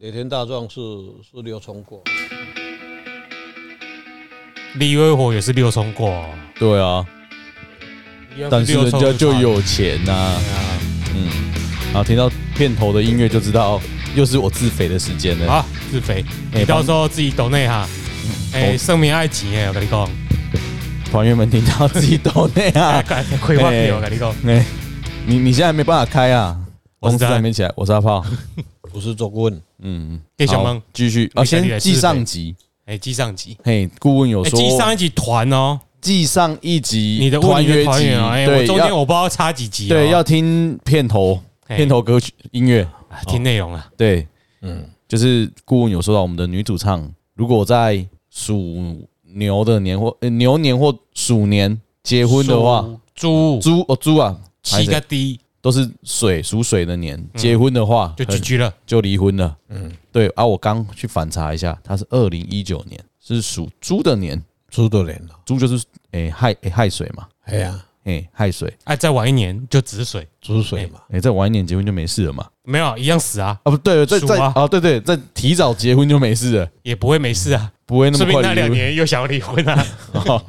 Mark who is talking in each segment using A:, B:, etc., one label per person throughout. A: 野田大壮是是六冲过，
B: 李威火也是六冲过哦，
C: 对啊，但是人家就有钱呐、嗯，好，听到片头的音乐就知道又是我自肥的时间了。
B: 啊，自肥，
C: 哎
B: 你到时候自己抖内哈，哎，
C: 哦
B: 生命爱情哎，我跟你讲，
C: 团员们听到自己抖内
B: 哎，
C: 啊
B: 干亏话
C: 哎
B: 票，我跟你讲，
C: 哎，你你现在没办法开啊，
B: 我
C: 公
B: 是
C: 司
B: 在
C: 还没起来，我是阿炮，
A: 不是周顾问。
C: 嗯，
B: 给小
C: 好
B: 梦，
C: 继续
B: 你的
C: 啊，
B: 你
C: 先
B: 的
C: 记
B: 自肥
C: 上集，
B: 哎，记上集，
C: 嘿，顾问有
B: 哎，
C: 说
B: 记上一集团哦，
C: 记上一集
B: 你的问你的团
C: 集
B: 员哦，哎，我
C: 对，
B: 中间
C: 要
B: 我不知道插几集哦，
C: 对要听片头
B: 哎
C: 片头歌曲音乐，
B: 啊听内容啊，
C: 对，
A: 嗯，
C: 就是顾问有说到，我们的女主唱如果在属牛的年或、呃牛年或鼠年结婚的话，
B: 猪
C: 猪哦猪啊，还
B: 七
C: 是
B: 个 D
C: 都是水属水的年，结婚的话
B: 嗯就
C: 很
B: GG 了，
C: 就离婚了。嗯，对啊，我刚去反查一下，他是二零一九年是属猪的年，
A: 出的人了。
C: 猪就是诶、亥诶亥水嘛，
A: 哎呀，
C: 诶、亥水，
B: 哎，再晚一年就止水，
A: 止水嘛，
C: 诶、再晚一年结婚就没事了嘛。
B: 没有一样死啊，
C: 啊，不对，再
B: 属
C: 再
B: 啊
C: 啊，对对，再提早结婚就没事了，
B: 也不会没事啊，
C: 不会那
B: 说
C: 么
B: 不定那
C: 快离
B: 两
C: 婚。
B: 年又想要离婚 啊，
C: 哦，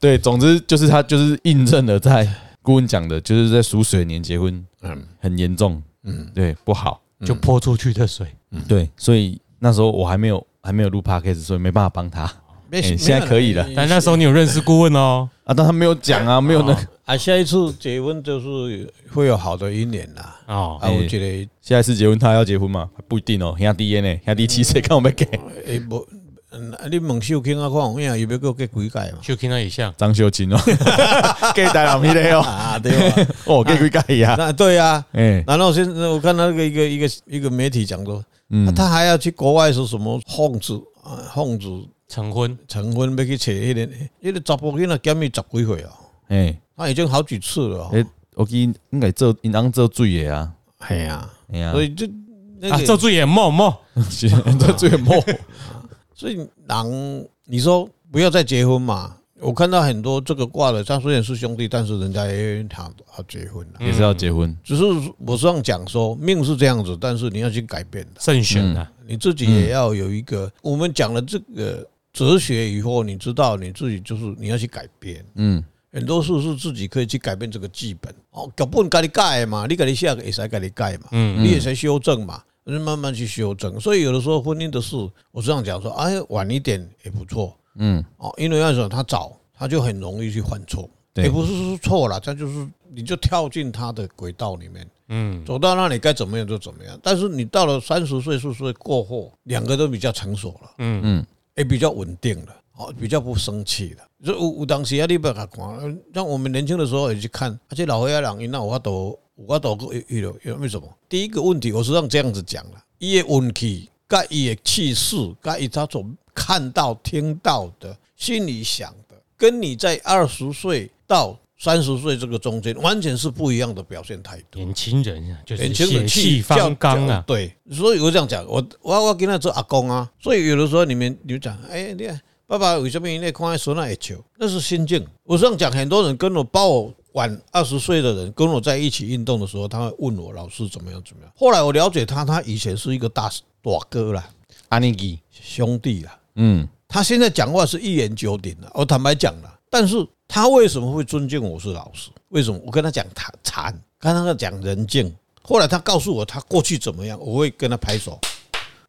C: 对，总之就是他就是印证了在顾问讲的，就是在属水年结婚
A: 嗯
C: 很严重，
A: 嗯，
C: 对，不好，
B: 就泼出去的水，
C: 对，所以那时候我还没有还没有录 podcast，所以没办法帮他啊，
A: 没
C: 哎现在可以了
B: 但那时候你有认识顾问哦，
C: 但他没有讲啊，没有那个，
A: 啊，下一次结婚就是会有好的姻缘啦。
B: 哦，
A: 啊，
C: 哎
A: 我觉得
C: 下一次结婚他要结婚吗？不一定哦，兄弟呢，兄弟
A: 嗯
C: 七岁看我们给
A: 诶，无，嗯啊你问秀卿啊，看有影，伊要过结几届嘛？
B: 就听到也像。
C: 张秀 琴哦，给大郎皮的哦，
A: 啊，对吧？
C: 哦，给鬼改呀，
A: 那对啊。
C: 哎，
A: 然后现在我看到那个一个一个一个媒体讲说，那
C: 嗯，
A: 他还要去国外是什么奉子啊，奉子
B: 成婚，
A: 成婚要去找迄个，迄个查甫囡仔减伊十几岁哦，
C: 哎，
A: 他已经好几次了哦。
C: 哎，我记得应该做应当做醉的啊，
A: 系啊，
C: 哎呀
A: 所，以这那
B: 啊，
A: 个
B: 做出也梦梦，
C: 是这最末，
A: 所以狼，你说不要再结婚嘛？我看到很多这个挂的，他虽然是兄弟，但是人家也好好啊结婚了。
C: 也是要结婚，
A: 只是我这样讲说，命是这样子，但是你要去改变的，
B: 慎选啊，
A: 你自己也要有一个。我们讲了这个哲学以后，你知道你自己就是你要去改变。
C: 嗯。
A: 很多事是自己可以去改变这个剧本哦，搞不该你改的嘛，你给你下也才给你改嘛，
B: 嗯
A: 你也才修正嘛，就是慢慢去修正。所以有的时候婚姻的事，我这样讲说，哎，晚一点也不错，
C: 嗯，
A: 哦，因为那种他早，他就很容易去犯错，
C: 对
A: 也不是说错了，他就是你就跳进他的轨道里面，
B: 嗯，
A: 走到那里该怎么样就怎么样。但是你到了三十岁、四十岁过后，两个都比较成熟了，
B: 嗯
C: 嗯，
A: 也比较稳定了，哦，比较不生气了。就有有当时啊，你不要看，呃像我们年轻的时候也去看，而且老岁仔人那我都我都有有有为什么？第一个问题，我是让这样子讲了，伊的运气、甲伊的气势、甲伊他所看到、听到的、心里想的，跟你在二十岁到三十岁这个中间，完全是不一样的表现态度。
B: 年轻人啊，就是
A: 年轻人
B: 血气
A: 较
B: 方刚啊，
A: 对，所以我这样讲，我我我跟他做阿公啊，所以有的时候你们你们讲，哎、你看爸爸为什么你在看孙那也球？那是心境。我这样讲，很多人跟我包我晚二十岁的人跟我在一起运动的时候，他会问我老师怎么样怎么样。后来我了解他，他以前是一个大大哥啦，
C: 阿尼基，
A: 兄弟啦，
C: 嗯
A: 他现在讲话是一言九鼎的，我坦白讲了。但是他为什么会尊敬我是老师？为什么？我跟他讲谈禅，跟他讲人境。后来他告诉我他过去怎么样，我会跟他拍手。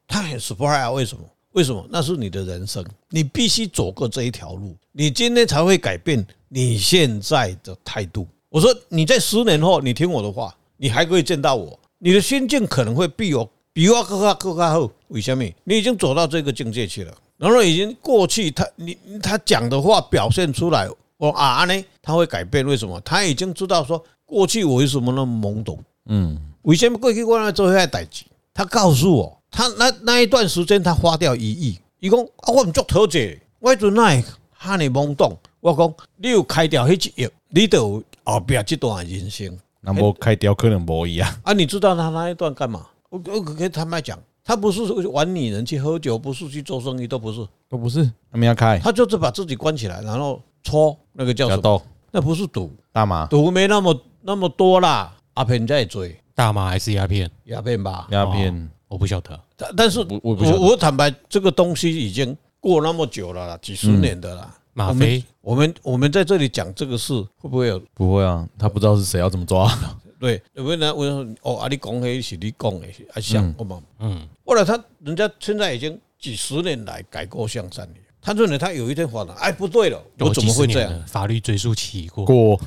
A: 他很 surprise，为啊什么？为什么？那是你的人生，你必须走过这一条路，你今天才会改变你现在的态度。我说你在十年后，你听我的话，你还可以见到我，你的心境可能会比我比我更加更加好。为什么？你已经走到这个境界去了，然后已经过去他你他讲的话表现出来，我啊呢，他会改变。为什么？他已经知道说过去我为什么那么懵懂，
C: 嗯
A: 为什么过去我来做遐代志？他告诉我，他那那一段时间他花掉一亿，伊讲啊，我唔足讨债，我迄阵那哈尼懵懂，我讲你有开掉迄一亿，你就有后壁这段人生。
C: 那么开雕可能不一样，
A: 啊，你知道他那一段干嘛？我我可以坦白讲，他不是玩女人去喝酒，不是去做生意，都不是，
C: 都不是，他们要开
A: 他就是把自己关起来，然后抽那个叫什
C: 要
A: 么？
C: 斗
A: 那不是赌，
C: 大麻
A: 赌没那么那么多啦，阿片在追
B: 大麻还是鸦片？
A: E
B: 哦
A: 鸦片吧？
C: 鸦片，
B: 我我不晓得，
A: 但但是
C: 我
A: 我
C: 我不晓得
A: 我坦白，这个东西已经过那么久了啦，几
B: 嗯
A: 十年的啦。
B: 吗
A: 我们
B: 啡
A: 我们我们在这里讲这个事，会不会有
C: 不会啊，他不知道是谁要怎么抓。
A: 对？有没有人问说哦？啊，你讲黑是你讲的，啊像我们
B: 嗯，
A: 后来他人家现在已经几十年来改过向善了，他认为他有一天反了，哎，不对了，我怎么会这
B: 哦有几十年
A: 样？
B: 了？法律追溯期过，
C: 过，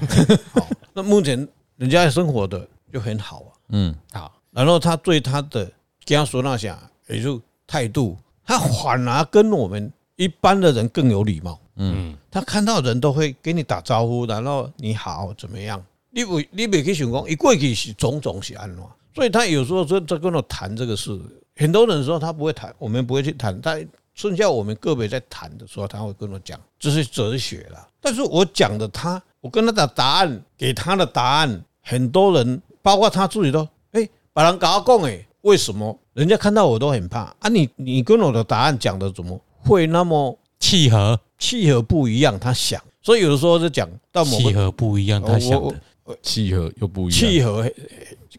A: 那目前人家生活的就很好啊，
C: 嗯，
B: 好，
A: 然后他对他的家属那下也就态度，他反而跟我们一般的人更有礼貌。
B: 嗯，
A: 他看到人都会给你打招呼，然后你好怎么样？你不你别去想讲，一过去是种种是安怎？所以他有时候在在跟我谈这个事，很多人说他不会谈，我们不会去谈，但剩下我们个别在谈的时候，他会跟我讲，这是哲学了。但是我讲的他，我跟他的答案，给他的答案，很多人包括他自己都，哎、把人搞讲哎，为什么人家看到我都很怕啊你？你跟我的答案讲的怎么会那么
B: 契合
A: 契合不一样，他想，所以有的时候就讲到某个
B: 契合不一样，他想
A: 我
B: 的
C: 契合又不一样，
A: 契合，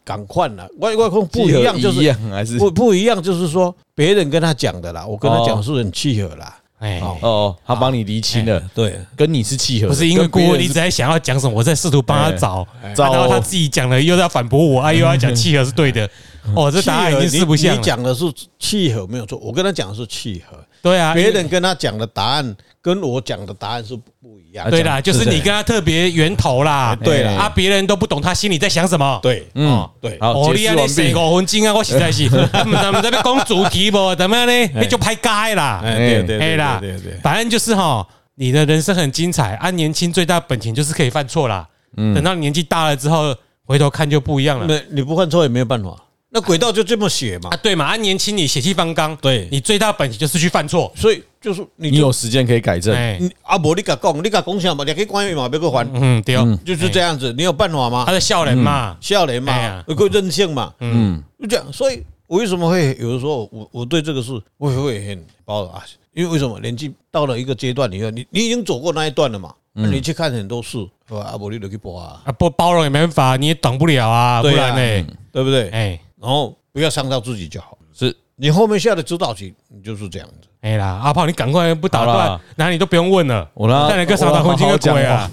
A: 赶快了，外外空不一样就
C: 一
A: 是
C: 样还是哦
A: 不不一样，就是说别人跟他讲的啦，我跟他
B: 哦
A: 讲是很契合啦，
B: 哎，
C: 哦，他帮你厘清了，
A: 对，
C: 跟你是契合的，
B: 不是因为
C: 跟别
B: 郭
C: 人
B: 文一直在想要讲什么，我在试图帮他找，
A: 哎
B: 啊
C: 找
B: 然后他自己讲了又要反驳我，啊，又要讲契合是 对的，哦，这答案已经四不
A: 契合
B: 像
A: 你你
B: 了，
A: 讲的是契合没有错，我跟他讲的是契合，
B: 对啊，
A: 别人跟他讲的答案跟我讲的答案是不一样，
B: 啊
A: 哎
B: 对啦，就是你跟他特别源头啦，
A: 对啦
B: 啊，别人都不懂他心里在想什么。
A: 对
C: 嗯，
A: 对，
C: 好，
B: 哦，
C: 解
B: 你
C: 释
B: 安
C: 完
B: 尼四
C: 毕。
B: 五分钟啊，我实 在是，咱们在那讲主题不？怎么样呢？你就拍街啦，
A: 哎对对
B: 嘿
A: 对
B: 啦
A: 对对对，，
B: 反正就是哈，你的人生很精彩啊，年轻最大本钱就是可以犯错啦。
A: 嗯
B: 等到你年纪大了之后，回头看就不一样了
A: 那你不犯错也没有办法，那轨道就这么写嘛
B: 嗯啊，，对嘛？啊，年轻你血气方刚，
A: 对
B: 你最大本钱就是去犯错，
A: 所以就是你
C: 你
A: 就
C: 有时间可以改正，
B: 哎，
A: 你啊，无你甲讲，你甲讲啥嘛？你去关去嘛，别个还，
B: 嗯，对，
A: 就是这
B: 样，
A: 样子。你有办法吗
C: 啊
B: 他？在笑人嘛，
A: 笑脸
B: 哎
A: 嘛
B: 呀，
A: 有个任性嘛，
C: 嗯，
A: 就这样。所以我为什么会有的时候，我我对这个事我也会很包容啊？因为为什么年纪到了一个阶段以后，你你已经走过那一段了嘛？那
C: 嗯
A: 你去看很多事，是吧？啊，无你就去播啊，
B: 啊，不包容也没办法，你也挡不了啊，不
A: 对啊嗯
B: 然呢，
A: 对不对？
B: 哎。
A: 然后不要伤到自己就好。
C: 是
A: 你后面下的指导棋，你就是这样子。
B: 哎啦，阿炮，你赶快不打
C: 好啦
B: 断，哪里都不用问了。
C: 我啦
B: 带来个啥打
C: 我
B: 空
C: 好
B: 金
C: 好
B: 个
C: 讲
B: 鬼啊！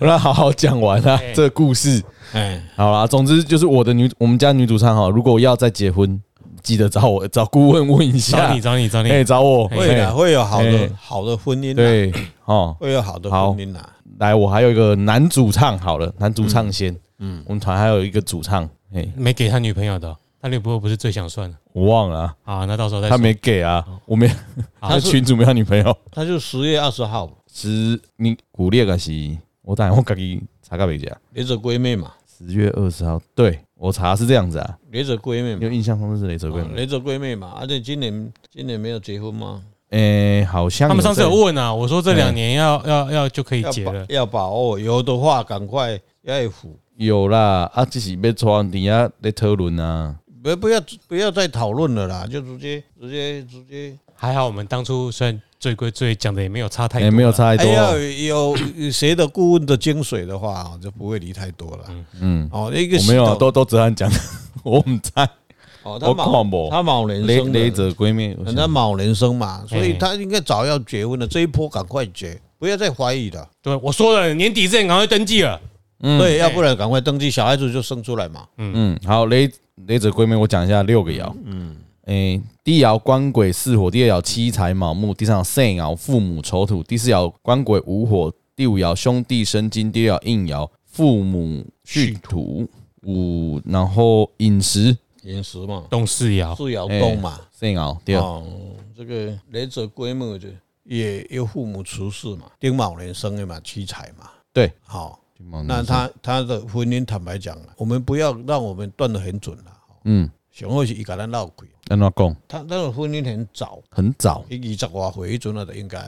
C: 我让好好讲完啊
B: 哎
C: 这个故事。
A: 哎，
C: 好啦，总之就是我的女，我们家女主唱哈，如果要再结婚，记得找我找顾问问一
B: 找
C: 下
B: 你，，找你，找你。
C: 哎，找我，
A: 会的，
C: 哎
A: 会有好
C: 哎
A: 的好的婚姻，，啊
C: 对， 哦，
A: 会有好的婚
C: 好
A: 姻啊呐。
C: 来，我还有一个男主唱，好了，男主唱先，嗯，我们团还有一个主唱，哎，
B: 没给他女朋友的哦，他女朋友不是最想算的
C: 我忘了啊，
B: 啊？那到时候再
C: 他
B: 说。
C: 没给啊，我 没，
B: 好
C: 他群主没有女朋友。
A: 他就十月二十号，
C: 十你鼓励个是，我等下我自己查个袂假。
A: 雷着闺蜜嘛，
C: 十月二十号，对我查是这样子啊，哦
A: 雷着闺蜜
C: 因
A: 嘛，
C: 为印象中是雷泽贵
A: 啊。雷着闺蜜嘛，而且今年今年没有结婚吗？
C: 诶、好像
B: 他们上次有
C: 在
B: 问啊，我说这
C: 哎
B: 两年要要要就可以
A: 要
B: 结
A: 把
B: 了。
A: 要把握，有的话赶快要付，
C: 有啦，啊，只是要穿底下在讨论啊，
A: 不不要不要再讨论了啦，就直接直接直接，
B: 还好我们当初虽然醉归醉，讲的也没有差太
C: 诶、
B: 多啦，
C: 没有
A: 哎
C: 差太多、
A: 呀，有有谁的顾问的精髓的话啊，就不会离太多了。
C: 嗯，
A: 哦，那个
C: 我
A: 系
C: 没有啊，
A: 统
C: 都都只按讲， 我唔知，
A: 哦，他
C: 我
A: 卯
C: 看无。
A: 他卯人
C: 雷
A: 生的
C: 雷泽闺蜜，我
A: 人
C: 想
A: 家卯人生嘛，所以
B: 哎
A: 他应该早要结婚了，这一波赶快结，不要再怀疑了。
B: 对，我说了，年底之前赶快登记了。
A: 对，要不然赶快登记，小孩子就生出来嘛。
C: 嗯，好，雷雷泽闺蜜，我讲一下六个爻。嗯，诶、第一爻官鬼巳火，第二爻七财卯木，第三爻肾爻父母丑土，第四爻官鬼午火，第五爻兄弟生金，第六爻应爻父母戌土。五，然后饮食
A: 饮食嘛，
B: 董事爻
A: 是窑洞嘛。
C: 肾爻，哎对，
A: 哦，这个雷泽归母的也有父母出世嘛，丁卯年生的嘛，七彩嘛，
C: 对。
A: 好、那
C: 他
A: 他他的婚姻，坦白讲了，我们不要让我们断得很准了。
C: 嗯，
A: 想后是伊甲咱闹鬼，
C: 安怎讲？
A: 他他的婚姻很早，
C: 很早，
A: 伊二十外岁迄阵啊，就应该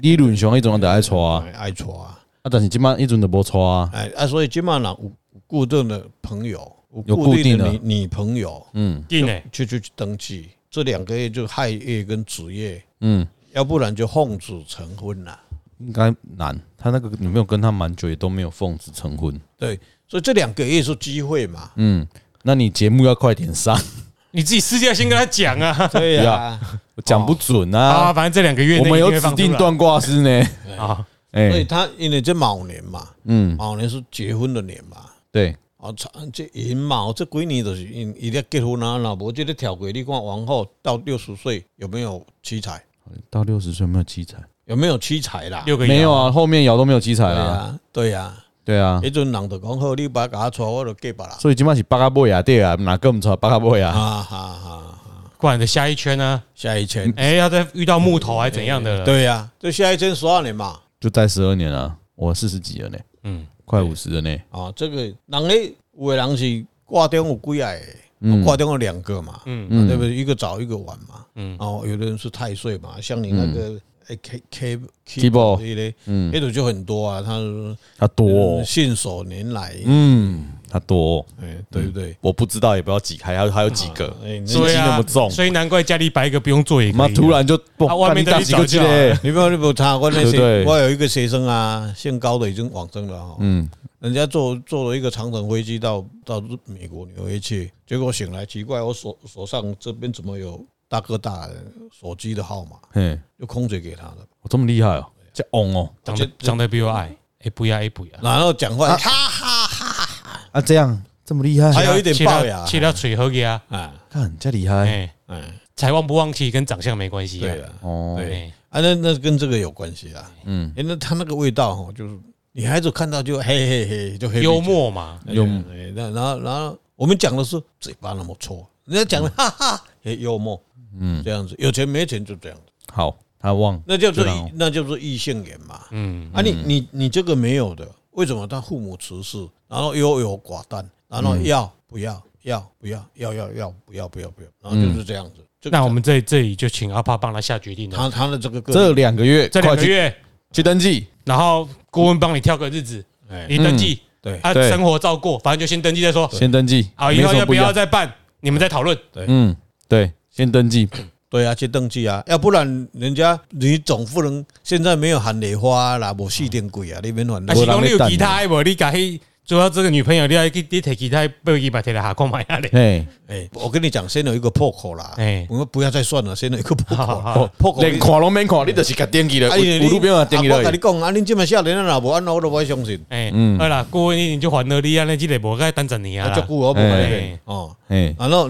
C: 理论上迄种就爱娶啊，
A: 爱爱娶啊，
C: 啊，但是即摆迄阵就无娶啊，
A: 哎啊，所以今晚人有有固定的朋友，
C: 有
A: 有
C: 固
A: 固
C: 定
A: 定
C: 的
A: 的女女朋友，
C: 嗯
B: 定诶，
A: 去去去登记，这两个月就亥月跟子月，
C: 嗯，
A: 要不然就奉子成婚啦。
C: 应该难。他那个女朋友跟他蛮久，也都没有奉子成婚。
A: 对，所以这两个月是机会嘛。
C: 嗯，那你节目要快点上，
B: 你自己私下先跟他讲啊。
A: 对
C: 对
A: 呀
C: 啊，我讲不准啊
B: 啊，，反正这两个月
C: 我
B: 内
C: 们
B: 一
C: 有
B: 定会
C: 指
B: 放
C: 定
B: 出来
C: 断挂师 呢。
B: 啊，
A: 所以
C: 哎，
A: 他因为这卯年嘛，
C: 嗯，
A: 卯年是结婚的年嘛，
C: 对，
A: 啊，操这寅卯这几年就是因伊咧结婚啊，啦，无这个条规，你看王后到六十岁有没有七彩？
C: 到六十岁没有七彩，
A: 有没有七彩啦？
B: 六个
C: 没有
B: 啊，
C: 啊，后面摇都没有七彩
A: 对
C: 啊，
A: 啊，对啊，
C: 对啊，
A: 迄阵人就讲好，你把甲我娶，我就嫁别人。
C: 所以今麦是八嘎波亚对啊，哪个唔错八嘎波亚？
A: 啊哈哈，
B: 不然的下一圈呢？
A: 下一圈，
B: 哎，要再遇到木头还怎样的了？
A: 对啊呀，这下一圈十二年嘛，
C: 就在十二年啊，我四十几了呢，
B: 嗯，
C: 快五十了呢。
A: 啊，这个人咧有的人是挂钟有几啊个的，挂钟有两个嘛，
B: 嗯
A: 嗯，对不对？一个早一个晚嘛，嗯，
B: 嗯
A: 哦，有的人是太岁嘛，像你那个哎 K K
C: Keyboard
A: 这一类，
C: 嗯，
A: 那种就很多啊，他说。
C: 他多哦
A: 嗯，信手拈来，
C: 嗯，他多哦，
A: 哎，对不对？
C: 我不知道也不知道几开，还有还有几个，
A: 哎，你
C: 心机
B: 对啊
C: 那么重
B: 所以难怪家里摆一个不用做也可
C: 妈
B: 以啊。
C: 突然就
B: 啊
C: 蹦，
B: 外面的
C: 干
B: 一
C: 你几
B: 早
C: 个
B: 就
C: 去
B: 好
C: 嘞
B: 了，
A: 你不要你不差，我那
C: 对不对
A: 些我有一个学生啊，姓高的已经往生了哈、
C: 嗯，
A: 人家坐坐了一个长程飞机到到日美国纽约去，结果醒来奇怪，我手手上这边怎么有大哥大的手机的号码？
C: 嘿，
A: 就空姐给他的，
C: 我这么厉害哦，这翁哦，
B: 长得
A: 这
B: 长得比我矮，哎，不要，哎，不要。
A: 然后讲话
C: 啊
A: 哈哈哈哈，
C: 啊这样这么厉害，
B: 哎
A: 还有一点
B: 切到
A: 龅牙，
B: 切到嘴和给啊，
A: 啊，
C: 看这厉害
B: 哎，
A: 哎，
B: 才旺不旺气跟长相没关系啊。
A: 对了，
C: 哦，
A: 对
B: 哎，
A: 啊，那那跟这个有关系啦，
C: 嗯，
A: 哎，那他那个味道哈，就是女孩子看到就嘿嘿嘿，就嘿
B: 幽默嘛，
C: 幽默
A: 哎，那然后然后我们讲的是嘴巴那么臭，人家
B: 嗯
A: 讲的哈哈，也幽默，嗯，这样子，有钱没钱就这样子，
C: 好，他忘，
A: 那叫做
C: 对啊
A: 那叫做异性缘嘛。
B: 嗯，
A: 啊，你你你这个没有的，为什么他父母辞世，然后优柔寡断，然后要不要要不要要要要不要不要不要，然后就是这样子。这个
B: 嗯那我们这这里就请阿帕帮他下决定了。
A: 他他的这个个
C: 这两个月
B: 这
C: 快
B: 两个
C: 去
B: 月，
C: 去登记，
B: 然后顾问帮你挑个日子，
A: 哎
B: 你登记，
A: 对
B: 啊，
C: 对
B: 生活照过，反正就先登记再说。
C: 先登记，
B: 好，
C: 没
B: 啊以后
C: 什么
B: 要
C: 不
B: 不
C: 一
B: 要
C: 样，
B: 再办，你们再讨论。
C: 嗯，对，先登记，
A: 对啊，去登记啊，要不然人家你总不能现在没有喊莲花啦，无四点鬼啊，你免烦恼
B: 啊，
C: 没
B: 是
C: 人
B: 讲你
C: 在
B: 有
C: 等
B: 吉他的无？你甲迄主要这个女朋友，你要去你摕吉他，不伊把摕来下看买啊咧。
C: 哎，
A: 哎，我跟你讲，先有一个破口啦，
B: 哎
A: 我们不要再算了，先有一个破
B: 好
A: 口
B: 好
A: 啦，
B: 好
A: 破破口你。
C: 连看拢免看，你就是甲登记了，
A: 因为
C: 有有路边啊登记
A: 啊我跟
C: 了
A: 你，讲，啊，恁这么少年啊，若无安怎我都不会相信。
B: 哎，
C: 嗯
B: 好啦，顾问一定就还了你啊，那即个无该等十年啊
A: 啊，足
B: 啦
A: 久。我不改
B: 哎
A: 变哦。
C: 哎，
A: 然后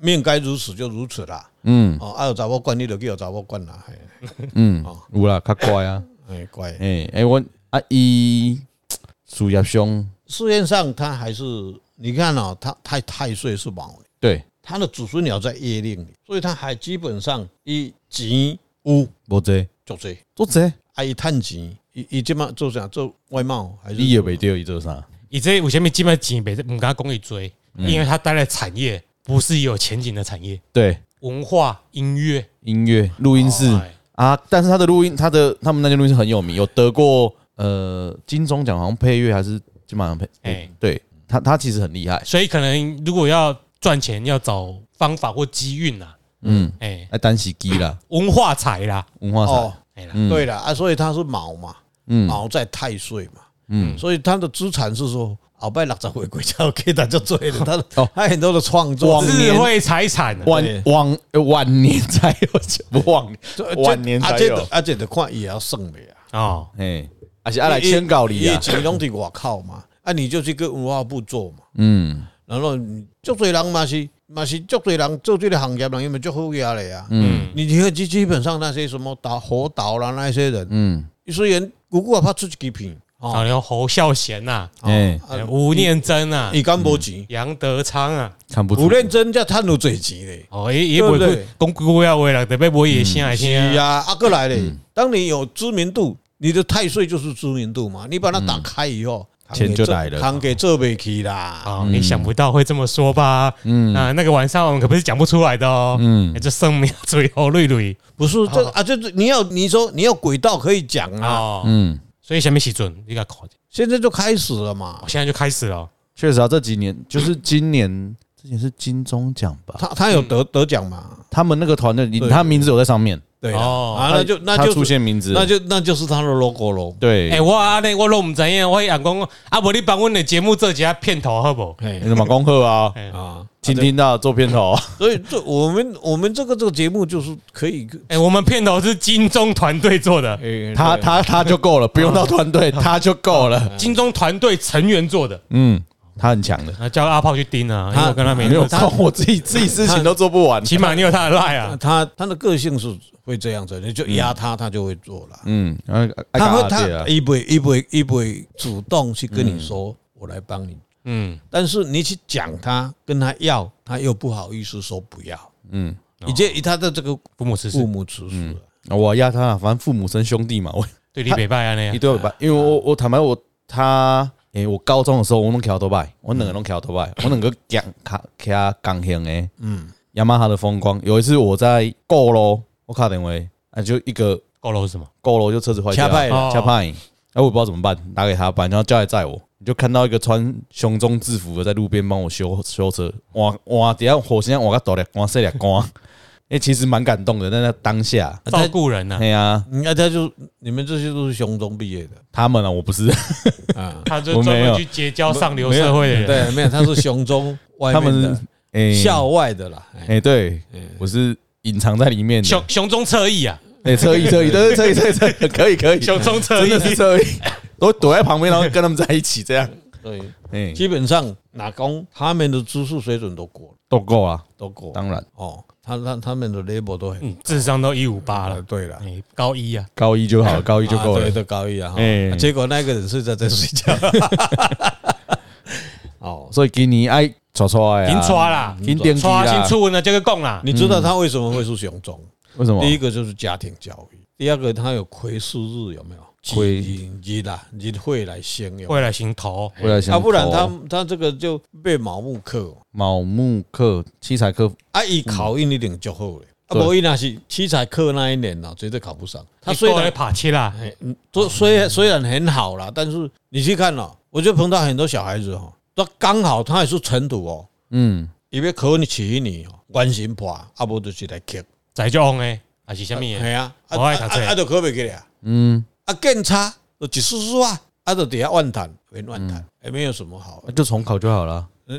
A: 命该如此就如此啦。
C: 嗯
A: 哦，啊有查某管你就去有查某管啦。嘿
C: 嗯，有啦，较乖啊，
A: 哎，乖。
C: 哎哎，我啊伊事业上
A: 事业上他还是你看哦，他太太岁是卯年，
C: 对，
A: 他的祖孙鸟在业令里，所以他还基本上一钱有
C: 无济，
A: 就这，
C: 做济，
A: 啊，一趁钱，伊伊即马做啥做外贸还是
C: 你也袂着伊做啥，
B: 伊这为什么即摆钱袂毋敢讲伊追？
A: 嗯
B: 因为他待的产业不是有前景的产业，
C: 对，
B: 文化、音乐、
C: 音乐录音室。
B: 哎
C: 啊，但是他的录音，他的他们那间录音是很有名，有得过呃金钟奖，好像配乐还是金马奖配，哎、
B: 哎
C: 对他他其实很厉害，
B: 所以可能如果要赚钱，要找方法或机运啦，
C: 嗯，
B: 哎，
C: 哎，单喜机啦，
B: 文化财啦，
C: 文化财，
A: 哦，
B: 哎啦，
C: 嗯
A: 对了啊，所以他是卯嘛，
C: 嗯
A: 卯在太岁嘛，
C: 嗯，
A: 所以他的资产是说鳌拜六十回归才给他就 对了，他的
C: 哦
A: 他很多的创作
C: 往
B: 智
C: 年
B: 慧财产啊，
C: 晚晚呃晚年才有钱，不晚
A: 这啊
C: 年晚年才有，
A: 而且得看也要算的啊呀，
B: 哦，
C: 哎，而且爱来签稿你
A: 以
C: 啊，
A: 前拢伫外口嘛，啊，你就去跟文化部做嘛，
C: 嗯
A: 然后足多人嘛是嘛是足多人做这个行业人，因为足好压的呀。
C: 嗯
A: 你你看基基本上那些什么导火导啦那些人，
C: 嗯，
A: 虽然姑姑也拍出一支片，
B: 好，
A: 哦，
B: 然后侯孝贤呐，
C: 哎，
A: 啊嗯
B: 吴念真啊，
A: 伊敢无钱，
B: 杨德昌啊，
C: 看不
A: 有
C: 出，
A: 认真才趁有侪钱咧。
B: 哦，也也
A: 对不
B: 不会
A: 对
B: 讲古话话啦，特别我也先来
A: 是
B: 听啊。
A: 啊，啊，过来嘞，
C: 嗯
A: 当你有知名度，你的太岁就是知名度嘛，你把它打开以后，
C: 嗯钱就来了啊
A: 行给做不起啦。
B: 哦，你想不到会这么说吧？嗯啊，那个晚上我们可不是讲不出来的哦。嗯，这圣明最后瑞瑞
A: 不是这啊，就是你要你说你要轨道可以讲啊，
B: 哦，
C: 嗯，
B: 所以下面起准你给他考，
A: 现在就开始了嘛
B: 我。现在就开始了。
C: 确实啊，这几年就是今年，之前是金钟奖吧，
A: 他
C: 嗯
A: 他有得得奖嘛？
C: 他们那个团队，你
A: 对
C: 他名字有在上面，
A: 对啦
B: 哦
A: 啊，那就那
C: 他
A: 就
C: 出现名字，
A: 那就那就是他的 logo 咯。
C: 对，
B: 哎，我安尼我拢唔知影，我眼光啊，无你帮阮的节目做一下片头好不好？
A: 哎
C: 你怎么恭贺啊？
B: 哎
A: 啊，
C: 听听到做片头，啊
A: 所以这我们我们这个这个节目就是可以，
B: 哎，我们片头是金钟团队做的，
C: 他他他就够了，不用到团 队，他就够了。
B: 金钟团队成员做的，
C: 嗯，他很强的，
B: 啊，叫阿炮去盯啊，因为
A: 他
B: 我跟他没
C: 没有
B: 他
C: 空，我自己自己事情都做不完。
B: 起码你有他的 line
A: 啊
B: 啊，
A: 他他的个性是会这样子，你就压他，他就会做了。
C: 嗯，啊啊
A: 他会
C: 啊对
A: 他
C: 啊嗯
A: 一不一不一不会主动去跟你说，我来帮你。
B: 嗯，
A: 但是你去讲他跟他要，他又不好意思说不要。
C: 嗯，
A: 你这以他的这个
B: 父母是
A: 父
B: 是
A: 母指示，
C: 哎我压他，反正父母生兄弟嘛， 我
B: 对你北拜安啊
C: 一
B: 尼，
C: 对拜，因为我我坦白我他，诶，我高中的时候我拢桥头拜，我两个拢桥头拜，我两个讲卡卡港型诶，嗯，雅马哈的风光。有一次我在购咯，我卡电话，啊，就一个
B: 够了是什么？
C: 购咯，就车子坏掉
A: 掐派
B: 了
C: 掐派，哎，我也不知道怎么办，打给他办，然后叫他载我。你就看到一个穿胸中制服的在路边帮我修修车，哇哇，底下火星我个倒咧，哇塞咧光， 哎，其实蛮感动的，但在当下，
A: 啊
B: 照顾人啊呐、。
C: 哎呀，
A: 嗯那他就你们这些都是雄中毕业的
C: 他们啊，我不是，
A: 啊
B: 他就
C: 我
B: 专
C: 没有
B: 门去结交上流社会的人。
A: 对，没有，他是雄中外
C: 他
A: 面
C: 们
A: 的
C: 是哎
A: 校外的啦。哎
C: 哎、对，我是隐藏在里面的。
B: 熊熊中侧翼啊，
C: 哎、侧 翼，侧翼，对对，侧翼，侧翼，侧翼， 可以，可以，
B: 熊中侧
C: 真
B: 翼
C: 的是侧翼， 都躲在旁边，然后跟他们在一起 这样。
A: 对，
C: 哎、
A: 基本上哪工他们的知识水准都过了，
C: 都够啊，
A: 都过了
C: 当然，
A: 哦。他他他们的 level 都很
B: 嗯，智商都一五八
A: 啊
B: 了，，
A: 对了。
B: 哎，高一啊，
C: 高一就好，高一就够
A: 啊
C: 了
A: 对，。都高一啊。哈
C: 哎
A: 结果那个人是在在睡觉。 哦，
C: 所以今年爱抓抓呀，
B: 紧抓啦，
C: 啊紧点击
B: 抓
C: 啦
B: 清。楚呢，这个讲啦，
A: 你知道他为什么会是雄中？
C: 为什么？
A: 第一个就是家庭教育，第二个他有窥视日有没有？
C: 窥
A: 日日啦，日会来先有。
B: 未来行头，
C: 我在想，
A: 啊，不然他他这个就被盲目克哦
C: 卯木克七彩克，
A: 啊，一考运一定就好了。啊，
C: 对
A: 不一那是七彩课那一年啊，绝对考不上。他
B: 他
A: 虽
B: 虽然
A: 然
B: 爬切啦，
A: 哎，嗯，都虽然虽然很好啦，但是你去看了、我就碰到很多小孩子哈、他刚好他也是尘土哦，
C: 嗯，
A: 伊要考你起你哦，关心破，啊无就是来克，
B: 仔就翁诶，还是什么
A: 系
B: 的？
A: 啊，啊
B: 嗯我爱读
A: 啊
B: 册
A: 啊啊就考袂起来啊，
C: 嗯，
A: 啊更差，就一丝丝啊，啊就底下怨叹，很怨
B: 嗯
A: 叹，也没有什么好
C: 那，啊就重考就好了。
B: 那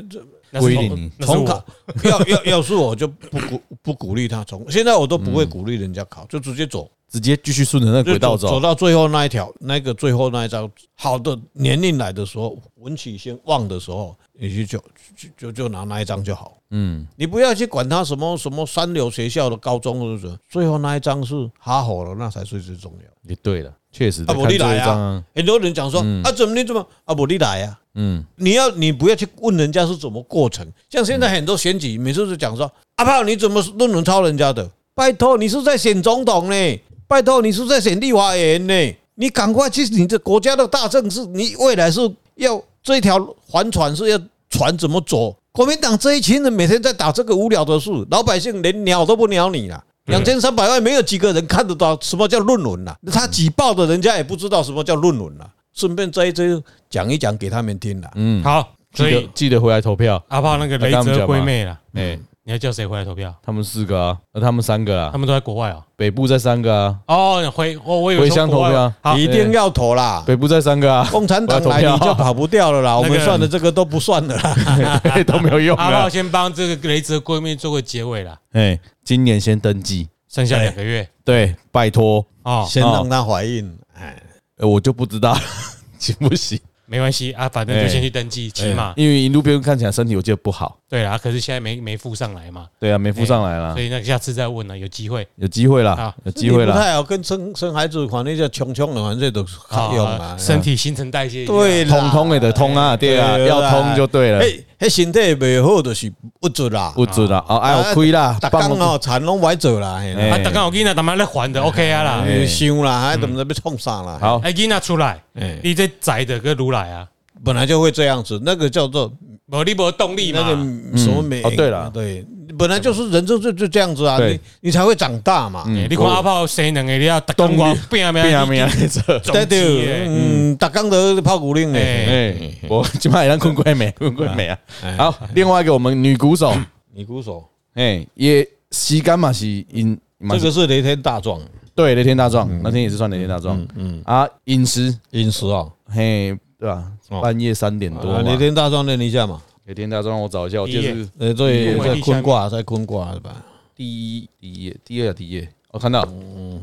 B: 是
C: 不一定
B: 我那是
A: 重
B: 我
A: 考，要要要是我就不 鼓不鼓励他重，现在我都不会鼓励人家考，就直接走，
C: 直接继续顺着那
B: 嗯
A: 就
C: 轨道
A: 走
C: 走，
A: 到最后那一条，那个最后那一招，好的年龄来的时候，文曲先旺的时候，你就就就就拿那一张就好。
C: 嗯，
A: 你不要去管他什么什么三流学校的高中或者什么，最后那一张是哈佛了，那才是最重要。
C: 也对了，确实。
A: 啊
C: 看
A: 我你
C: 这
A: 来
C: 一
A: 啊
C: 张啊，
A: 很多人讲说啊，怎么你怎么啊，我你来呀、
C: 嗯，
A: 你要你不要去问人家是怎么过程，像现在很多选举，每次就讲说阿炮你怎么论文抄人家的？拜托你是在选总统呢，拜托你是在选立法委员呢，你赶快去你这国家的大政是，你未来是要这条帆船是要船怎么走？国民党这一群人每天在打这个无聊的事，老百姓连鸟都不鸟你啦。两千三百万没有几个人看得到什么叫论文啦、他挤爆的人家也不知道什么叫论文啦、顺便这一这讲一讲给他们听啦、
B: 嗯好，所
C: 记
B: 以
C: 得记得回来投票。
B: 阿炮那个雷泽龟妹啦，
C: 哎，
B: 你要叫谁回来投票？
C: 他们四个啊，那他们三个啊
B: 他，们都在国外哦。
C: 北部再三个啊，
B: 哦，回我我以为
C: 回
B: 说
C: 乡投
B: 国外哦
C: 票
B: 好，
A: 一定要投啦！
C: 北部再三个啊，
A: 共产党
C: 我要
A: 来
C: 投
A: 你
C: 票
A: 就跑不掉了 啦，我
B: 那个
A: 们算的这个都不算了啦。
C: 都没有用
B: 阿
C: 啊
B: 炮。先帮这个雷泽龟妹做个结尾啦，
C: 哎，今年先登记，
B: 剩下两个月
C: 对，拜托，
B: 哦，
A: 先让她怀孕，哎，
C: 呃我就不知道 行不行，
B: 没关系啊，反正就
C: 哎
B: 先去登记，起
A: 啊
B: 码
C: 因为一路边看起来身体我记得不好，
B: 对啦，啊可是现在没没附上来嘛，
C: 对啊，没附上来啦
B: 哎
A: 哎
B: 所，以那下次再问了，有机会
C: 有机会啦
A: 啊
B: 好，
C: 有机会
A: 你不
C: 啦，
A: 太好跟生生孩子，反正就穷穷的，反正都是好用啊。
B: 身体新陈代谢一下
A: 对啦，哎
C: 通通也得通啊，对啊，
A: 对啦哎
C: 要通就对了，
A: 嘿，迄身体袂好就是不准啦，
C: 不准啦，哦，哎，我亏啦，
A: 逐
C: 放
A: 啊工哦，田拢歪做啦，嘿啦
C: 哎嗯
B: 啊，大家有囡仔他妈咧还的 OK 啊啦，
A: 你想啦，啊还怎么被冲上啦？
C: 好，
B: 哎囡仔出来，
A: 哎，
B: 你这宅的跟如来啊，
A: 本来就会这样子，那个叫做
B: 无你无动力
A: 那个
B: 嘛，哎
A: 什么美
C: 哦对啦
A: 对，本来就是人就就就这样子啊，
C: 对嗯
A: 你你才会长大嘛。
B: 哎你看阿炮生两个你要动
C: 动
B: 光
C: 力
B: 变啊
C: 变啊
B: 变啊
C: 变啊，，这，
B: 总
A: 对
B: 之
A: 对，
B: 欸
A: 嗯，逐工都在泡古令
B: 哎
A: 嘞。
C: 哎，我起码也让坤贵美，坤贵美啊，
A: 哎嗯
C: 好，另外一个我们女鼓手。
A: 你鼓手
C: 哎、也时间嘛是因蛮
A: 这个嗯是雷天大壮
C: 对雷天大壮，那天也是算雷天大壮。嗯啊，饮食
A: 饮食啊，
C: 嘿，对吧？
A: 哦
C: 半夜三点多
A: 啊
C: 嘛
A: 雷。天大壮念一下嘛，
C: 雷天大壮，我找一下，我就
B: 第一
C: 是
A: 呃，对，
B: 嗯
A: 在坤卦，在坤卦是吧？
C: 第一第一页，第二第一页，我看到了。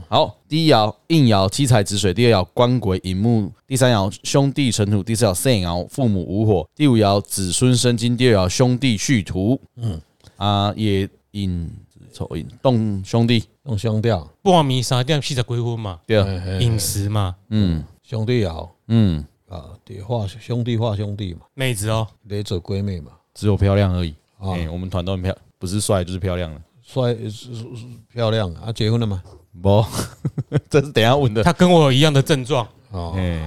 C: 好，第一爻应爻七彩止水，第二爻官鬼寅木，第三爻兄弟成土，第四爻肾爻父母无火，第五爻子孙生金，第二爻兄弟续土。嗯啊，也引丑引动兄弟，
A: 用兄弟啊，
B: 不迷啥店系着鬼婚嘛，
C: 对啊，
A: 嘿嘿
B: 饮食嘛，
C: 嗯
A: 兄弟爻
C: 嗯，
A: 啊，得化兄弟化兄弟嘛，
B: 妹子哦，
A: 雷者闺蜜嘛，
C: 只有漂亮而已。
A: 啊
C: 哎，我们团都很漂，不是帅就是漂亮了。
A: 帅是是是漂亮啊，结婚了吗？
C: 不，这是等一下问的。
B: 她跟我有一样的症状，
A: 哦，
C: 哎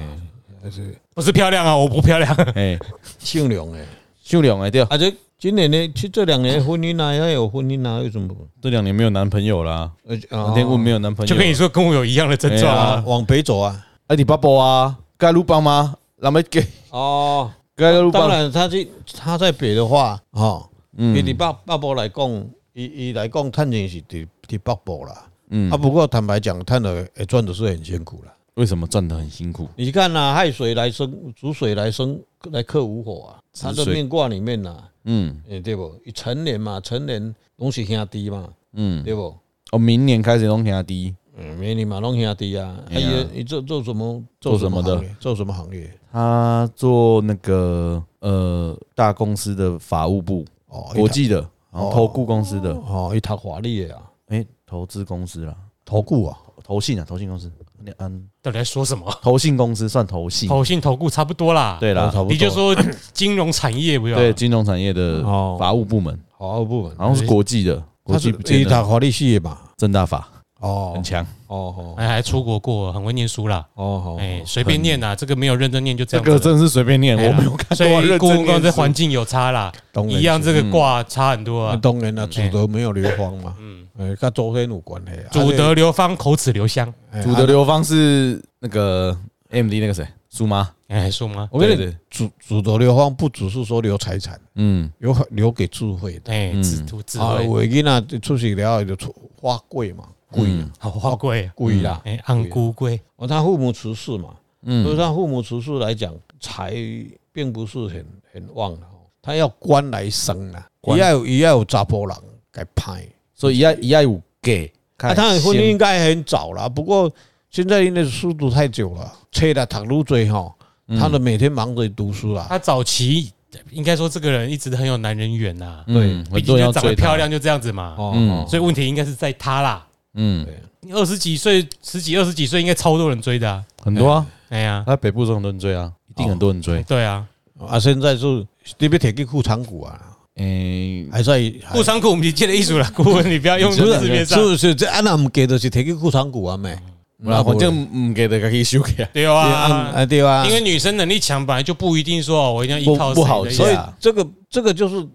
A: 还是
B: 不是漂亮啊，我不漂亮，
C: 哎，
A: 姓梁哎，
C: 秀良哎，对啊，
A: 啊这今年呢，其实这两年婚姻啊，要有婚姻啊，为什么不？
C: 这两年没有男朋友啦，
A: 呃，
C: 那天问没
A: 有
C: 有男朋友，
B: 就跟你说跟我有一样的症状
A: 啊
B: 啊，，
A: 往北走啊，
C: 啊，你爸爸啊，该路帮吗？咱们给
A: 哦。
C: 该路
A: 当
C: 帮，
A: 然，他去他在北的话，哈、哦，
C: 嗯
A: 以你北北部来讲，伊伊来讲，趁钱是伫伫北部啦。
C: 嗯
A: 啊，不过坦白讲，趁的也赚的是很辛苦啦。
C: 为什么赚得很辛苦？
A: 你看呐、亥水来生，煮水来生，来克午火啊，他
C: 子
A: 的
C: 水
A: 命卦里面呐、
C: 嗯
A: 诶、对不？伊成年嘛，成年拢是兄弟嘛，
C: 嗯，
A: 对不？
C: 哦，明年开始拢给他低，
A: 嗯，美女嘛，拢兄弟啊。啊，
C: 哎呀
A: 伊伊做做什么？
C: 做什么的
A: 行业？做什么行业？
C: 他做那个呃大公司的法务部，
A: 哦，
C: 国
A: 伊
C: 际的，然后投顾公司的
A: 读，哦，伊读法律的啊，
C: 哎，投资公司啦，
A: 投顾啊，
C: 投信啊，投信公司，嗯，
B: 到底在说什么？
C: 投信公司算投信，
B: 投信投顾差不多啦，
C: 对
A: 哦，
C: 啦
A: 差不多
B: 你就说金融产业不要，
C: 对金融产业的
A: 哦
C: 法务部门，
A: 法务部门，
C: 好像是国际的，国
A: 他是
C: 际不见
A: 伊读
C: 得
A: 法律系的嘛。
C: 正大法
A: 哦
C: 很强，
A: 哦哦
B: 哎，还出国过，很会念书啦，
A: 哦
B: 哎，随便念啦，这个没有认真念就这
C: 这
B: 样子了。
C: 个真的是随便念，我没有看
B: 所
C: 过认
B: 以
C: 真
B: 顾问公
C: 念
B: 司
C: 书
B: 环境有差啦，
A: 当然
B: 一样这
C: 嗯
B: 个卦差很
A: 哦，
B: 多啊。
A: 当然啦，祖德没有流芳嘛，嗯，哎，跟周天有关系啊。
B: 祖德流芳，口齿留香。
A: 哎，
C: 主的流芳是那个 M D 那个谁苏妈，
B: 哎，说吗？
A: 我跟
C: 对
A: 你
C: 对
A: 祖祖德流芳不只是说留财产，
C: 嗯，
A: 留留给智慧的
B: 哎，智图智
A: 啊。
B: 慧，
A: 我囡仔出去了就出花贵嘛，贵
C: 嗯
A: 啊
B: 好花贵，
A: 贵啦。
C: 啊
B: 哎，安姑贵，
A: 哦，他父母辞世嘛，
C: 嗯
A: 所以他父母辞世来讲，财并不是很很旺的哦，他要官来生啊，
C: 官
A: 也要也要有查甫人该派。
C: 所以一爱一爱五给，
A: 啊，
C: 看
A: 他的婚姻应该很早了，不过现在因为速度太久了，车了读路追哈，他的每天忙着读书啊，
B: 他早期应该说这个人一直都很有男人缘呐，
C: 嗯
B: 毕
C: 很
B: 竟
C: 多人
B: 就
C: 要
B: 长得
C: 追她
B: 漂，亮就这样子嘛。
A: 哦，
C: 嗯
A: 哦
B: 所以问题应该是在他啦。
C: 嗯，
B: 你二十几岁、十几、二十几岁，应该超多人追的啊。
C: 很多啊，
B: 哎呀，
C: 他北部这种人追啊，一定很多人追，
B: 对啊，
A: 啊，现在是你别铁给裤长股啊，
C: 诶，
A: 还在
B: 顾
A: 长
B: 长裤我们理解的艺术啦，顾问你不要用
A: 不
B: 字面
A: 是
B: 上
A: 是。不是这安娜唔给的是铁给裤长股啊没？
C: 那反正唔给的可以修给，
B: 对
A: 对
B: 啊
A: 啊，啊对啊
B: 因，为女生能力强，本来就不一定说哦我一定要依靠
C: 不不
B: 谁
C: 好
B: 的
C: 说
A: 所以
C: 啊
A: 这个这个就是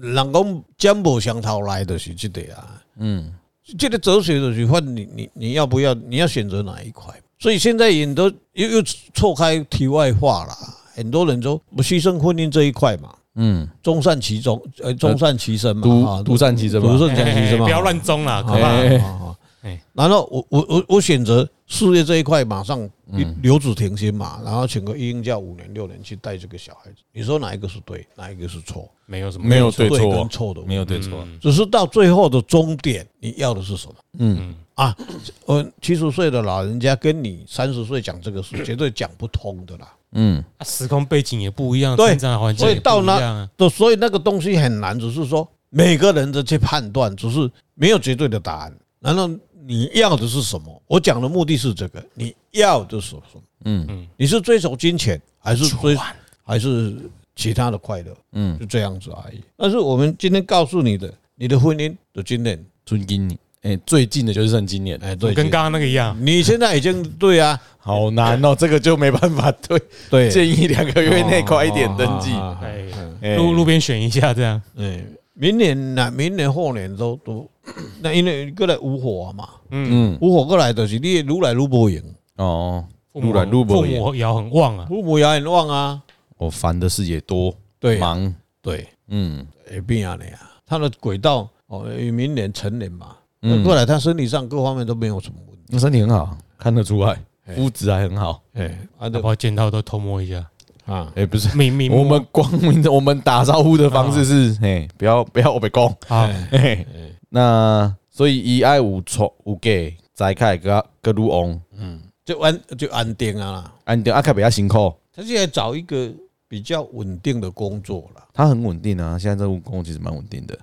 A: 人讲江波相讨来的是这个啊。
C: 嗯
A: 这个哲学的去换你你你要不要？你要选择哪一块？所以现在很多又又错开题外话啦，很多人说不牺牲婚姻这一块嘛，
C: 嗯，
A: 中善其中，呃，中善其身嘛，
C: 独
A: 啊
C: 独善其身
A: 独
C: 嘛，
A: 善其身嘛，
B: 哎不要乱中啦，可怕。
C: 哎
A: 啊。
B: 哎
A: 然后我我我我选择事业这一块，马上
C: 嗯
A: 留子停薪嘛，然后请个育婴假五年六年去带这个小孩子，你说哪一个是对，哪一个是错？
B: 没有什么
C: 没有对
A: 跟
C: 错，
A: 错的问题，
C: 没有对错，
A: 只是到最后的终点，你要的是什么？嗯啊，我七十岁的老人家跟你三十岁讲这个是绝对讲不通的啦。
C: 嗯
B: 啊时空背景也不一样，
A: 对
B: 成长环境
A: 所以
B: 也
A: 到
B: 不一
A: 那
B: 样啊。
A: 都所以那个东西很难，只是说每个人的去判断，只是没有绝对的答案。然后你要的是什么？我讲的目的是这个，你要的是什么？
C: 嗯
A: 你是追求金钱，还是追
B: 玩
A: 还是其他的快乐？
C: 嗯，
A: 就这样子而已。但是我们今天告诉你的，你的婚姻的经验，
C: 尊敬你，诶，最近的就是剩今年，
A: 哎，对，
B: 跟刚刚那个一样，
A: 你现在已经对啊，
C: 好难 哦，这个就没办法对，
A: 对，哦
C: 建议两个月内快一点登记，
A: 啊
B: 哎，
C: 哎
B: 路路边选一下这样。
A: 哎，明年呐、明年后年都都， 那因为过来无火嘛，
C: 嗯
A: 无火过来就是你愈来愈无用，
C: 哦，
B: 父
C: 路
B: 母
C: 来路
B: 父
C: 不也，
B: 母也很旺啊，
A: 父母也很旺啊，
C: 我烦的事也多，
A: 对啊
C: 忙，
A: 对，
C: 嗯
A: 会变啊你啊，他的轨道哦，因为明年成年嘛，嗯，后来他身体上各方面都没有什么问题。
C: 那身体很好，看得出来，肤质还很好。
A: 哎，啊
B: 要
A: 对
B: 不要见到都偷摸一下？
A: 啊，
C: 哎，不是，
B: 明明
C: 我们光明的，我们打招呼的方式是，哎，不要不要我被攻。
B: 啊，
C: 嘿，那所以伊爱有错有假，才开个个路翁，
A: 就安就安定啊啦。
C: 安定啊，较比较辛苦。
A: 他现在找一个比较稳定的工作了。
C: 他很稳定啊，现在这份工作其实蛮稳定的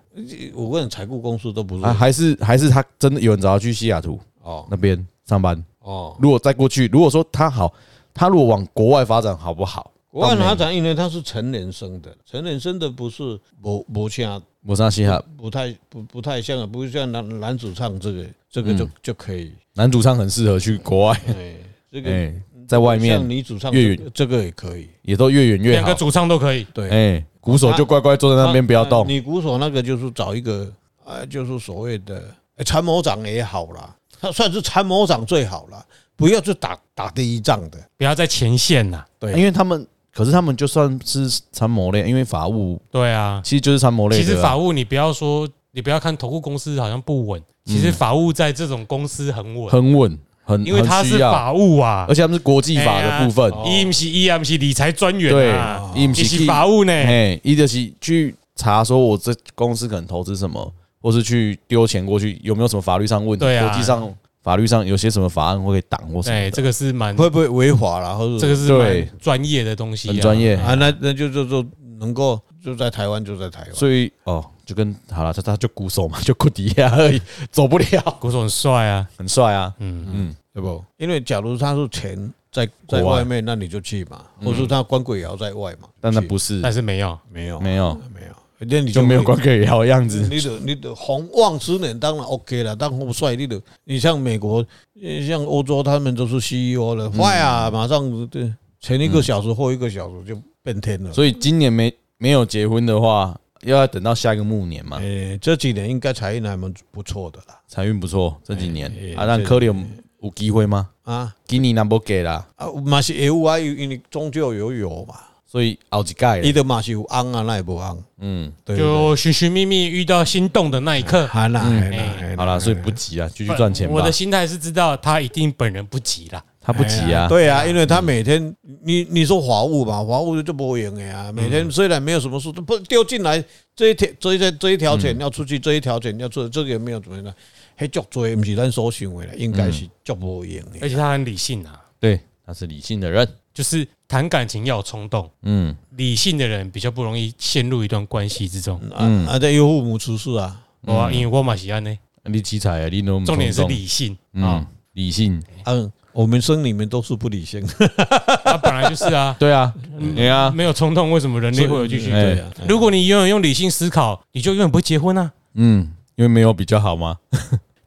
A: 我问财务公司都不是
C: 啊，还是还是他真的有人找他去西雅图
A: 哦
C: 那边上班。
A: 哦，
C: 如果再过去，如果说他好，他如果往国外发展好不好？
A: 国外拿奖，因为他是成人生的，成人生的不是不不像
C: 摩萨西哈
A: 不太不不太像，啊不是像男男主唱这个这个就
C: 嗯
A: 就可以，
C: 男主唱很适合去 国外，
A: 哎，这个
C: 哎， 在外面
A: 像女主唱
C: 粤语
A: 这个这个也可以，
C: 也都越远越
B: 两
C: 好
B: 个。主唱都可以。
A: 对，
C: 哎，哦鼓手就乖乖坐在那边不要
B: 啊
C: 动。
A: 女鼓手那个就是找一个，呃，就是所谓的呃参谋长也好啦，他算是参谋长最好啦，不要去打打第一仗的。
B: 不要在前线呐、
A: 对
C: 因为他们，可是他们就算是参谋类，因为法务
B: 对啊，
C: 其实就是参谋类
B: 其实
C: 的啊。
B: 法务你不要说，你不要看投顾公司好像不稳，其实法务在这种公司很稳，
C: 很稳，很
B: 因为它
C: 很需
B: 是
C: 要，
B: 法务啊
C: 而，且他们是国际法的部分
A: 哎。呀哦
B: 一 M C 一 M C 理财专
C: 对
B: 员啊，，
C: 伊
B: 你
C: 不是
B: 是
C: 去
B: 法务呢，
C: 哎，伊就是去查说我这公司可能投资什么，或是去丢钱过去有没有什么法律上问题，
B: 对啊
C: 国际上法律上有些什么法案会挡或什么
B: 哎，
C: 的，
B: 这个是蛮
A: 会不会违法啦？或者
B: 这个是
C: 对
B: 蛮专业的东西、啊，
C: 很专业。
A: 啊，那那就就就能够就在台湾就在台湾。
C: 所以哦，就跟好了，他他就鼓手嘛，就鼓底下而已，走不了，
B: 鼓手很帅啊，
C: 很帅啊。
B: 嗯，
C: 嗯，
A: 对不？因为假如他是钱在
C: 国
A: 在
C: 外嗯
A: 外面，那你就去嘛，或者他官鬼也要在外嘛，
C: 但那
A: 去
C: 不是
B: 但是没有，
A: 没有
C: 没有，
A: 没有，那哦你
C: 就没有关
A: 鬼。
C: 可以聊的样子。
A: 你的你的洪旺之年当然 OK 了，当红帅你的，你像美国，呃像欧洲，他们都是 CEO 了，
C: 嗯
A: 坏啊，马上对前一个小时后一个小时就变天了。
C: 所以今年没没有结婚的话，又要等到下一个暮年嘛。
A: 诶、哎这几年应该财运还蛮不错的啦，
C: 财运不错，这几年
A: 哎哎
C: 啊，让
A: 这
C: 科里有有机会吗？
A: 啊
C: 今年那不给啦，
A: 啊，嘛是有啊，有因为终究有有嘛，
C: 所以后一届
A: 伊
C: 了
A: 的嘛是有昂啊，那也不昂，
C: 嗯，
A: 对对
B: 就寻寻觅觅遇到心动的那一刻，
A: 还啦还啦
B: 哎
A: 还啦
C: 好啦，所以不急啊，继续赚钱吧
B: 我。的心态是知道他一定本人不急啦，
C: 他不急啊，
A: 对啊，因为他每天，你你说华务吧，华务就不会赢的呀。每天虽然没有什么事，不丢进来这一条这一条这一条钱要出去，这一条钱要出去，这个也没有怎么样，还足多，不是咱所想的啦，应该是足不赢
B: 而
A: 的。
B: 且他很理性啊，
C: 对，他是理性的人。
B: 就是谈感情要有冲动，
C: 嗯，
B: 理性的人比较不容易陷入一段关系之
C: 嗯
B: 中。
A: 啊啊，这有父母出事啊，
B: 哇，因为我嘛是安呢，
C: 你奇才啊，你都
B: 重点是理性哦
C: 嗯，理性。
A: 嗯，我们生里面都是不理性的，
B: 啊，本来就是 啊，
C: 对啊，对啊，
B: 没有冲动，为什么人类会有继续？
C: 哎
A: 对啊。
B: 如果你永远用理性思考，你就永远不会结婚啊。
C: 嗯，因为没有比较好吗？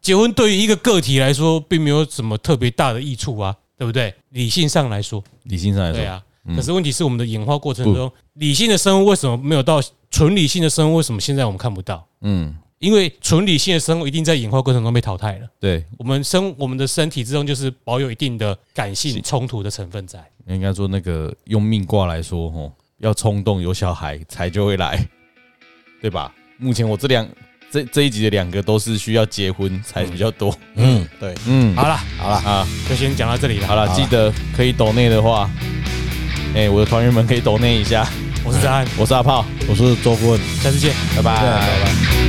B: 结婚对于一个个体来说，并没有什么特别大的益处啊，对不对？理性上来说，
C: 理性上来
B: 对
C: 说，嗯
B: 啊。可是问题是，我们的演化过程中，理性的生物为什么没有到纯理性的生物？为什么现在我们看不到？
C: 嗯，
B: 因为纯理性的生物一定在演化过程中被淘汰了。
C: 对，
B: 我们身我们的身体之中就是保有一定的感性冲突的成分在。
C: 应该说那个用命卦来说，吼，要冲动有小孩才就会来， 对吧？目前我这两这这一集的两个都是需要结婚才比较多。
A: 嗯，对，
C: 嗯，
B: 好了，
A: 好了，
C: 啊，
B: 就先讲到这里了。
C: 好了，记得可以抖内的话，哎，我的团员们可以抖内一下。
B: 我是张安，
C: 我是阿炮，
A: 我是周棍。
B: 下次见。
C: 拜拜。